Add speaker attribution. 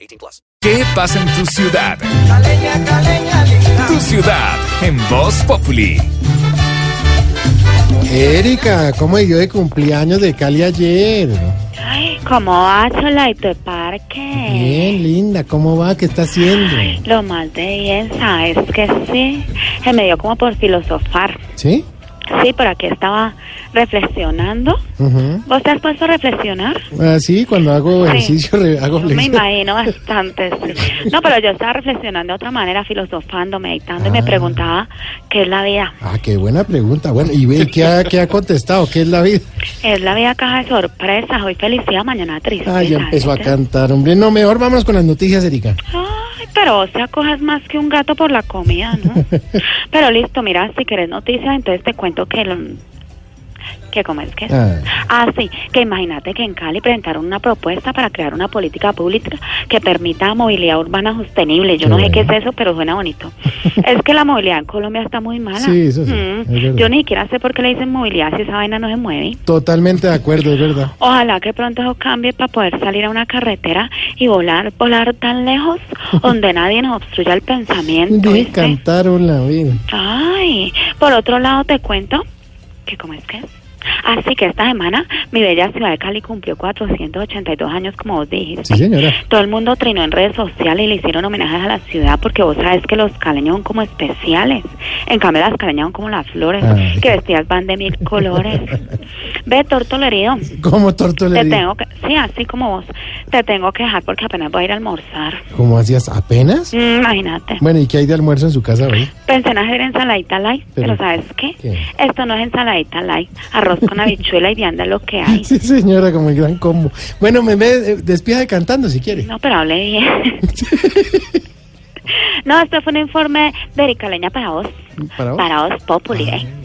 Speaker 1: 18 plus.
Speaker 2: ¿Qué pasa en tu ciudad? Tu ciudad en Voz Populi.
Speaker 3: Erika, ¿cómo yo de cumpleaños de Cali ayer?
Speaker 4: Ay, ¿cómo vas, Solaito de Parque?
Speaker 3: Bien, linda, ¿cómo va? ¿Qué está haciendo?
Speaker 4: Lo más de bien, ¿sabes que sí? Se me dio como por filosofar.
Speaker 3: ¿Sí?
Speaker 4: Sí, pero aquí estaba reflexionando.
Speaker 3: Ujú.
Speaker 4: ¿Vos te has puesto a reflexionar?
Speaker 3: Ah, sí, cuando hago
Speaker 4: Sí.
Speaker 3: ejercicio, re- hago
Speaker 4: Yo me
Speaker 3: flexión.
Speaker 4: imagino bastante, sí. No, pero yo estaba reflexionando de otra manera, filosofando, meditando, y me preguntaba qué es la vida.
Speaker 3: Ah, qué buena pregunta. Bueno, ¿y ve, qué ha, qué ha contestado? ¿Qué es la vida?
Speaker 4: Es la vida caja de sorpresas, hoy felicidad, mañana tristeza.
Speaker 3: Ah, ya empezó a
Speaker 4: ¿sí?
Speaker 3: cantar, hombre. No, mejor vámonos con las noticias, Erika.
Speaker 4: Ay, pero vos te acojas más que un gato por la comida, ¿no? pero listo, mira, si querés noticias, entonces te cuento que... lo- que ¿Cómo es que? es?
Speaker 3: Ah.
Speaker 4: Ah, sí, que imagínate que en Cali presentaron una propuesta para crear una política pública que permita movilidad urbana sostenible. Yo
Speaker 3: Qué
Speaker 4: no sé qué
Speaker 3: bueno.
Speaker 4: es eso, pero suena bonito. es que la movilidad en Colombia está muy mala. Mm.
Speaker 3: Sí, eso sí, es verdad.
Speaker 4: Yo ni siquiera sé por qué le dicen movilidad si esa vaina no se mueve.
Speaker 3: Totalmente de acuerdo, es verdad.
Speaker 4: Ojalá que pronto eso cambie para poder salir a una carretera y volar, volar tan lejos donde nadie nos obstruya el pensamiento.
Speaker 3: De
Speaker 4: ¿viste?
Speaker 3: cantaron la vida.
Speaker 4: Ay, por otro lado te cuento que cómo es que es. Así que esta semana mi bella ciudad de Cali cumplió 482 años como vos dijiste.
Speaker 3: Sí, señora.
Speaker 4: Todo el mundo trinó en redes sociales y le hicieron homenajes a la ciudad porque vos sabes que los caleños son como especiales. En cambio las caleñas son como las flores,
Speaker 3: Ay.
Speaker 4: que vestidas van de mil colores. Ve, torto herido.
Speaker 3: ¿Cómo torto le
Speaker 4: Te
Speaker 3: digo?
Speaker 4: tengo que, sí, así como vos, te tengo que dejar porque apenas voy a ir a almorzar.
Speaker 3: ¿Cómo hacías? ¿Apenas?
Speaker 4: Mm, Imagínate.
Speaker 3: Bueno, ¿y qué hay de almuerzo en su casa hoy?
Speaker 4: Pensé en hacer ensaladita light, pero,
Speaker 3: Pero,
Speaker 4: ¿sabes qué?
Speaker 3: ¿qué?
Speaker 4: Esto no es ensaladita light. Arroz con habichuela y vianda es lo que hay.
Speaker 3: Sí, señora, como el gran combo. Bueno, me, ve- eh, despídase cantando si quiere.
Speaker 4: No, pero hable bien. no, esto fue un informe de Erika Leña para vos.
Speaker 3: ¿Para vos? Ah.
Speaker 4: Para vos, Populi, eh.